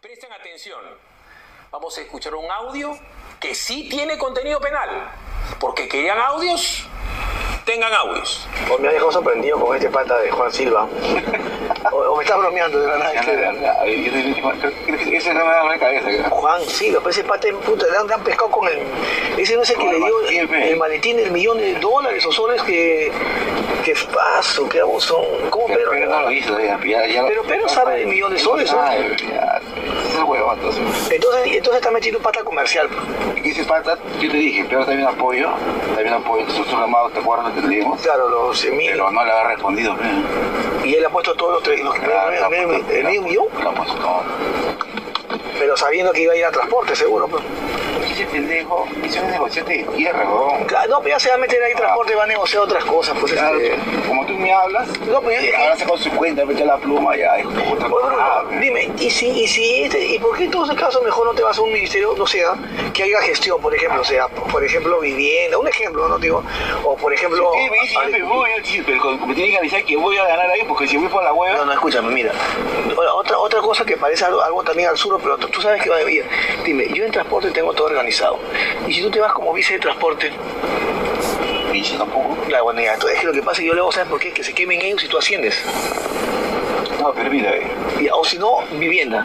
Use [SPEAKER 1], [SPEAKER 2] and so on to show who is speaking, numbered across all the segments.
[SPEAKER 1] Presten atención. Vamos a escuchar un audio que sí tiene contenido penal. Porque querían audios, tengan audios.
[SPEAKER 2] O me has dejado sorprendido con este pata de Juan Silva. O, o me estás bromeando de la nada.
[SPEAKER 3] Esa
[SPEAKER 2] este-
[SPEAKER 3] es la verdad de cabeza. creo.
[SPEAKER 2] Juan Silva, pero ese pata en puta, le han, le han pescado con el. Ese no es el que
[SPEAKER 3] Con
[SPEAKER 2] le
[SPEAKER 3] el
[SPEAKER 2] dio
[SPEAKER 3] maletín, eh. pe.
[SPEAKER 2] el maletín del millón de dólares o soles que. Que paso, que abusón. ¿Cómo
[SPEAKER 3] Pero
[SPEAKER 2] Pedro?
[SPEAKER 3] pero no lo hizo, ya, ya- ya lo-
[SPEAKER 2] Pero Pedro sabe de millones de soles, ¿eh? ¿no?
[SPEAKER 3] Ay, ya, ese Es el huevón, entonces.
[SPEAKER 2] Entonces, entonces está metiendo un pata comercial.
[SPEAKER 3] Y ese pata, yo te dije, pero también apoyo, también apoyo, sus llamados, ¿te acuerdas que te dijimos?
[SPEAKER 2] Claro, los 100 mil.
[SPEAKER 3] Pero no le ha respondido. pe.
[SPEAKER 2] Y él ha puesto todos los tres. Los,
[SPEAKER 3] La- la-
[SPEAKER 2] el, el- el medio millón,
[SPEAKER 3] la- pues, no.
[SPEAKER 2] pero sabiendo que iba a ir a transporte, seguro. pues.
[SPEAKER 3] Ese pendejo hizo un negociante de tierra, huevón.
[SPEAKER 2] Claro, no, pero ya se va a meter ahí transporte, va a negociar otras cosas. Pues,
[SPEAKER 3] Claro,
[SPEAKER 2] este.
[SPEAKER 3] como tú me hablas,
[SPEAKER 2] No, pues, yo-
[SPEAKER 3] ahora sacó su cuenta, mete la pluma, ya, hijo de puta,
[SPEAKER 2] Oye, Bruno,
[SPEAKER 3] ah, pe.
[SPEAKER 2] dime, ¿y si, y si este- y por qué en todo ese caso mejor no te vas a un ministerio, no sea, que haya gestión, por ejemplo, o sea, por ejemplo, vivienda, un ejemplo, no digo, o por ejemplo.
[SPEAKER 3] Sí, me dice, yo me voy, yo sí, pero como me tienen que avisar que voy a ganar ahí, porque si voy por la
[SPEAKER 2] no,
[SPEAKER 3] hueva,
[SPEAKER 2] no, escúchame, mira. Ahora, Otra, otra cosa que parece algo, algo también absurdo, pero tú tú sabes que va a venir. Dime, yo en transporte tengo todo organizado. Y si tú te vas como vice de transporte,
[SPEAKER 3] pinche tampoco.
[SPEAKER 2] la bueno, ya, entonces es que lo que pasa es que yo luego, ¿sabes por qué? Que se quemen ellos y tú asciendes.
[SPEAKER 3] No, pero mira, eh,
[SPEAKER 2] Y- o si no, vivienda.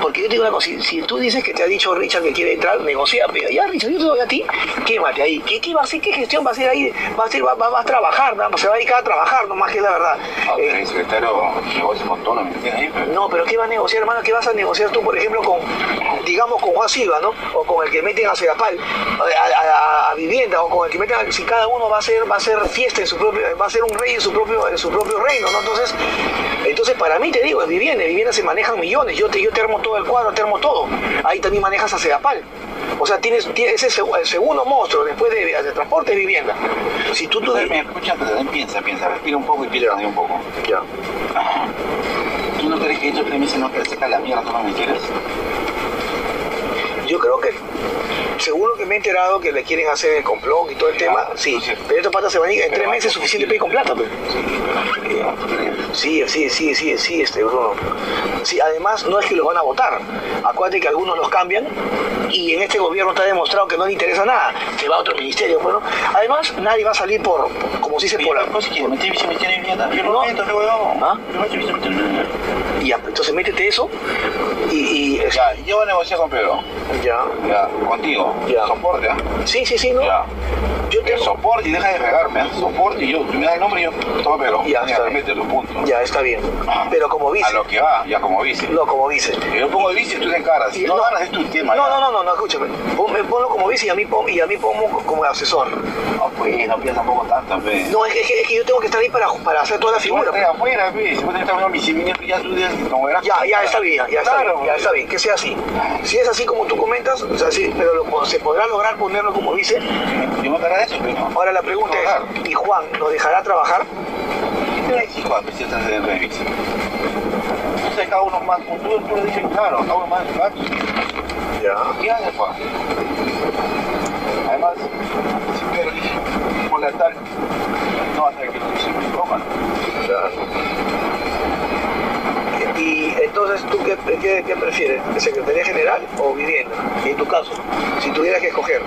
[SPEAKER 2] Porque yo te digo una cosa, si, si tú dices que te ha dicho Richard que quiere entrar, negocia, pero ya Richard, yo te doy a ti, quémate ahí. ¿Qué, qué va a hacer? ¿Qué gestión va a hacer ahí? Va a, hacer, va, va- va a trabajar, nada más, se va a dedicar a trabajar, nomás que es la verdad.
[SPEAKER 3] ah,
[SPEAKER 2] Eh,
[SPEAKER 3] pero el secretario negocio con todo, ¿me entiendes ahí? Pero,
[SPEAKER 2] no, pero ¿qué va a negociar, hermano? ¿Qué vas a negociar tú, por ejemplo, con, digamos, con Juan Silva, ¿no? O con el que meten a Segapal, a, a- a vivienda, o con el que meten a... Si cada uno va a ser, va a ser fiesta en su propio... Va a ser un rey en su propio, en su propio reino, ¿no? Entonces, entonces para mí, te digo, es vivienda. En vivienda se manejan millones. Yo te, yo te armo todo el cuadro, te armo todo. Ahí también manejas a Segapal. O sea, tienes, tienes ese seg- el segundo monstruo después de, de transporte de vivienda. Si tú... tú
[SPEAKER 3] Entonces, me escucha, pero también piensa, piensa, respira un poco y piensa también un poco.
[SPEAKER 2] Ya.
[SPEAKER 3] ¿Tú no crees que ellos premisen no que saca la mierda, no me quieres?
[SPEAKER 2] Yo creo que, según lo que me he enterado, que le quieren hacer el complot y todo el tema, sí.
[SPEAKER 3] sí.
[SPEAKER 2] Pero estos patas se van a ir en
[SPEAKER 3] Pero
[SPEAKER 2] tres
[SPEAKER 3] va
[SPEAKER 2] meses
[SPEAKER 3] a
[SPEAKER 2] suficiente para ir con plata. pues. Sí, sí, sí, sí, sí, este Bruno. Sí, además no es que los van a votar. Acuérdate que algunos los cambian y en este gobierno está demostrado que no le interesa nada. Se va a otro ministerio, bueno. Además, nadie va a salir por, como se dice,
[SPEAKER 3] Pero
[SPEAKER 2] por
[SPEAKER 3] la cosa es que me tiene que meter en mierda, yo
[SPEAKER 2] No.
[SPEAKER 3] lo meto, pe, huevón.
[SPEAKER 2] ¿Ah?
[SPEAKER 3] Yo me tiene que meter en mierda.
[SPEAKER 2] Y ya, entonces métete eso y, y es-
[SPEAKER 3] Ya, yo voy a negociar con Pedro,
[SPEAKER 2] ya.
[SPEAKER 3] ya, contigo,
[SPEAKER 2] Ya.
[SPEAKER 3] soporte, ¿ah?
[SPEAKER 2] Sí, sí, sí, no.
[SPEAKER 3] Ya.
[SPEAKER 2] Yo
[SPEAKER 3] Que
[SPEAKER 2] te
[SPEAKER 3] soporte y deja de pegarme, ¿ah? soporte y yo, tú me das el nombre y yo, toma Pedro,
[SPEAKER 2] Ya, está bien.
[SPEAKER 3] mételo, punto.
[SPEAKER 2] Ya, está bien. Pero como
[SPEAKER 3] Ah. A
[SPEAKER 2] vice,
[SPEAKER 3] lo que va, ya como dice.
[SPEAKER 2] no, como vice.
[SPEAKER 3] Yo pongo el bici y tú te encaras. Si
[SPEAKER 2] Y-
[SPEAKER 3] no,
[SPEAKER 2] no.
[SPEAKER 3] ganas es tu tema.
[SPEAKER 2] No,
[SPEAKER 3] ya.
[SPEAKER 2] no, no, no, no, escúchame. Pon, me ponlo como vice y a mí, pon- y a mí pongo como asesor.
[SPEAKER 3] No, pues, no piensas tampoco tanto, pe.
[SPEAKER 2] No, es que, es que- es que yo tengo que estar ahí para, para hacer toda la figura.
[SPEAKER 3] Ponte afuera, pe. Si vos tenés también mis cimientos, ya tú dices, no, era-
[SPEAKER 2] Ya, ya está bien, ya está
[SPEAKER 3] Claro,
[SPEAKER 2] bien, ya está bien, que sea así. Si es así como tú comentas, o sea, sí, pero lo- se podrá lograr ponerlo como vice.
[SPEAKER 3] Yo me encargo de eso, pero no.
[SPEAKER 2] Ahora la pregunta es, ¿y Juan nos dejará trabajar?
[SPEAKER 3] ¿Qué te decís cuando empiezas de remix? Entonces cada uno más, tú, tú le dices, claro, cada uno más, más.
[SPEAKER 2] Ya.
[SPEAKER 3] ¿Qué haces, pa? Además, si Pedro dice, por la tarde, no vas a ver que tú se me coman.
[SPEAKER 2] Y entonces, ¿tú qué, qué- qué prefieres? ¿Secretaría General o Vivienda? Y en tu caso, si tuvieras que escoger.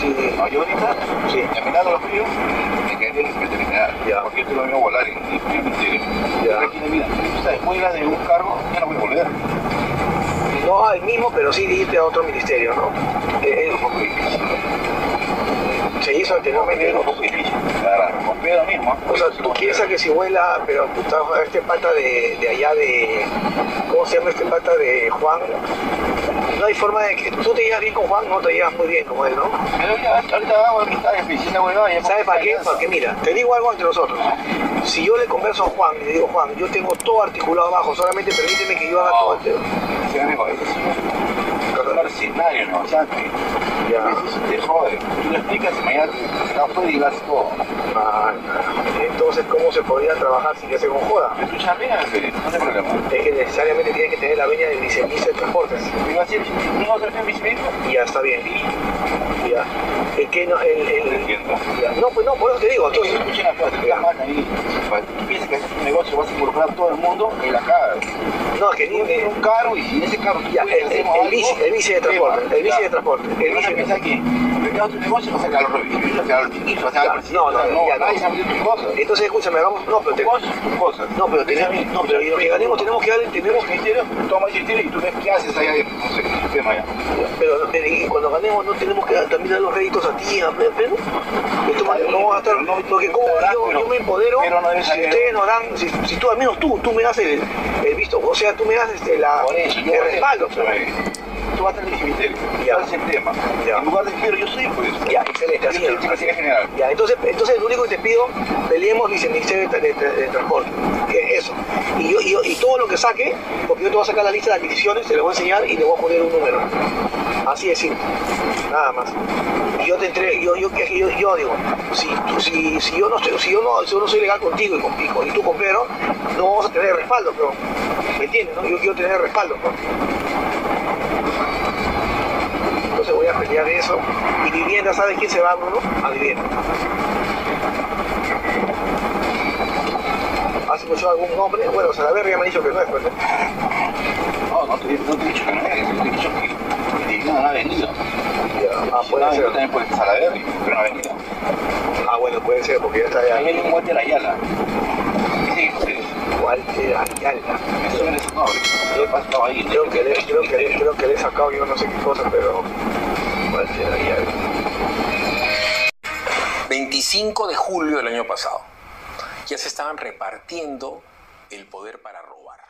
[SPEAKER 2] Sí,
[SPEAKER 3] No, yo ahorita,
[SPEAKER 2] Sí.
[SPEAKER 3] terminando los fríos, me quedé en el secretario general.
[SPEAKER 2] Ya.
[SPEAKER 3] Porque yo te lo voy a volar en el primer ministerio.
[SPEAKER 2] Ya.
[SPEAKER 3] Pero aquí, mira, o sea, después de la de un cargo, ya no voy a volver.
[SPEAKER 2] no al mismo, pero sí irte a otro ministerio, ¿no? Eh,
[SPEAKER 3] Es un poco difícil.
[SPEAKER 2] eh, se hizo
[SPEAKER 3] Es
[SPEAKER 2] anteriormente.
[SPEAKER 3] un poco difícil. Claro, con Pedro mismo. ¿eh?
[SPEAKER 2] O sea, tú piensas que si vuela, pero puta, este pata de, de allá de. ¿Cómo se llama este pata de Juan? No hay forma de que tú te llevas bien con Juan, no te llevas muy bien con él, ¿no?
[SPEAKER 3] Pero ya, ahorita hago amistades, me hiciste huevada. ya
[SPEAKER 2] ¿Sabes
[SPEAKER 3] pongo
[SPEAKER 2] para qué?
[SPEAKER 3] alianza.
[SPEAKER 2] Porque mira, te digo algo entre nosotros. Si yo le converso a Juan y le digo, Juan, yo tengo todo articulado abajo, solamente permíteme que yo haga todo este-".
[SPEAKER 3] No,
[SPEAKER 2] entero.
[SPEAKER 3] ese amigo es un mercenario, ¿no? O sea, que
[SPEAKER 2] Ya.
[SPEAKER 3] eso te jode. Tú lo explicas y mañana te te va afuera y vas todo.
[SPEAKER 2] Ah, Entonces, ¿cómo se podría trabajar sin que se conjoda?
[SPEAKER 3] ¿Me escuchas bien? Felipe? No hay problema.
[SPEAKER 2] Es que necesariamente tiene que tener la veña del viceministro de transportes.
[SPEAKER 3] Me iba a decir, ¿no vas a hacer mis amigos?
[SPEAKER 2] Ya está bien. Ya. Es que no, el- el-
[SPEAKER 3] No entiendo.
[SPEAKER 2] Ya, No, pues no, por eso te digo,
[SPEAKER 3] Entonces,
[SPEAKER 2] entonces,
[SPEAKER 3] pues, escuchen la cosa, te la mano ahí. Tú piensas que haces un negocio, vas a involucrar a todo el mundo y la cagas.
[SPEAKER 2] No, es que ni-
[SPEAKER 3] Tú tienes un carro y si ese carro tú
[SPEAKER 2] Ya,
[SPEAKER 3] puedes
[SPEAKER 2] el-
[SPEAKER 3] hacer
[SPEAKER 2] el-
[SPEAKER 3] más
[SPEAKER 2] el
[SPEAKER 3] algo,
[SPEAKER 2] bici- el bici de
[SPEAKER 3] ¿qué
[SPEAKER 2] transporte,
[SPEAKER 3] va?
[SPEAKER 2] el bici
[SPEAKER 3] Ya.
[SPEAKER 2] de transporte, el bici
[SPEAKER 3] Pero vas a
[SPEAKER 2] de
[SPEAKER 3] pensar que mercado tu negocio vas a sacar los revisores, vas a sacar los tiquitos, vas a sacar
[SPEAKER 2] Ya,
[SPEAKER 3] el presidente,
[SPEAKER 2] no, no,
[SPEAKER 3] vas a-
[SPEAKER 2] ya, no.
[SPEAKER 3] nadie sabe tus cosas.
[SPEAKER 2] Entonces, escúchame, vamos. No, pero te-
[SPEAKER 3] Tus cosas, tus cosas.
[SPEAKER 2] No, pero
[SPEAKER 3] Esa es
[SPEAKER 2] tenemos,
[SPEAKER 3] mi-
[SPEAKER 2] no, pero y los mecanismos tenemos que darle,
[SPEAKER 3] Tenemos
[SPEAKER 2] tenemos que,
[SPEAKER 3] criterio, toma el criterio y tú ves qué haces allá dentro no sé, en el sistema allá.
[SPEAKER 2] pero pero, y cuando ganemos no tenemos que dar- también dar los réditos a ti, a pero no vamos a estar,
[SPEAKER 3] No,
[SPEAKER 2] porque como
[SPEAKER 3] pero-
[SPEAKER 2] yo, yo me empodero,
[SPEAKER 3] pero no debes
[SPEAKER 2] si
[SPEAKER 3] saber.
[SPEAKER 2] ustedes nos dan, si, si tú al menos tú, tú me das el, el visto, o sea, tú me das este, la,
[SPEAKER 3] Por eso, yo
[SPEAKER 2] el respaldo,
[SPEAKER 3] eh. Tú vas a tener el criterio,
[SPEAKER 2] Ya.
[SPEAKER 3] tú haces el tema.
[SPEAKER 2] Ya.
[SPEAKER 3] En lugar de pero yo soy pues.
[SPEAKER 2] Ya, excelente,
[SPEAKER 3] Yo
[SPEAKER 2] así
[SPEAKER 3] soy
[SPEAKER 2] es.
[SPEAKER 3] Secretaría general.
[SPEAKER 2] Ya, entonces, entonces lo único que te pido, peleemos viceministerio de, de- de- de transporte, que es eso. Y, yo, y, yo- y todo lo que saque, porque yo te voy a sacar la lista de adquisiciones, te lo voy a enseñar y le voy a poner un número. Así es simple, nada más. Y yo te entre, yo, yo, que- yo, yo digo, si, tú- si, si yo no estoy- si yo no, si yo no soy legal contigo y, con, y, con- y tú con Pedro, no vamos a tener respaldo, pero, ¿me entiendes? no? Yo quiero tener respaldo. ¿no? Entonces voy a pelear eso. Y vivienda, ¿sabes quién se va, Bruno? A vivienda. ¿Has escuchado algún nombre? Bueno, Salaverri ya me ha dicho que no es, pues, ¿no?
[SPEAKER 3] No, no te, no te he dicho que no es, te he dicho que que no ha venido.
[SPEAKER 2] Ya, Ah,
[SPEAKER 3] Puede
[SPEAKER 2] puede
[SPEAKER 3] ser.
[SPEAKER 2] ser.
[SPEAKER 3] también puede ser Salaverry, pero no ha venido.
[SPEAKER 2] Ah, bueno, puede ser, porque ya está
[SPEAKER 3] Ahí
[SPEAKER 2] allá.
[SPEAKER 3] hay un Walter Ayala. Sí, ustedes.
[SPEAKER 2] Walter Ayala.
[SPEAKER 3] Eso no es noble. Yo he pasado ahí.
[SPEAKER 2] Creo que le, creo que le- creo que le he sacado yo no sé qué cosa, pero... Walter Ayala.
[SPEAKER 1] 25 de julio del año pasado, ya se estaban repartiendo el poder para robar.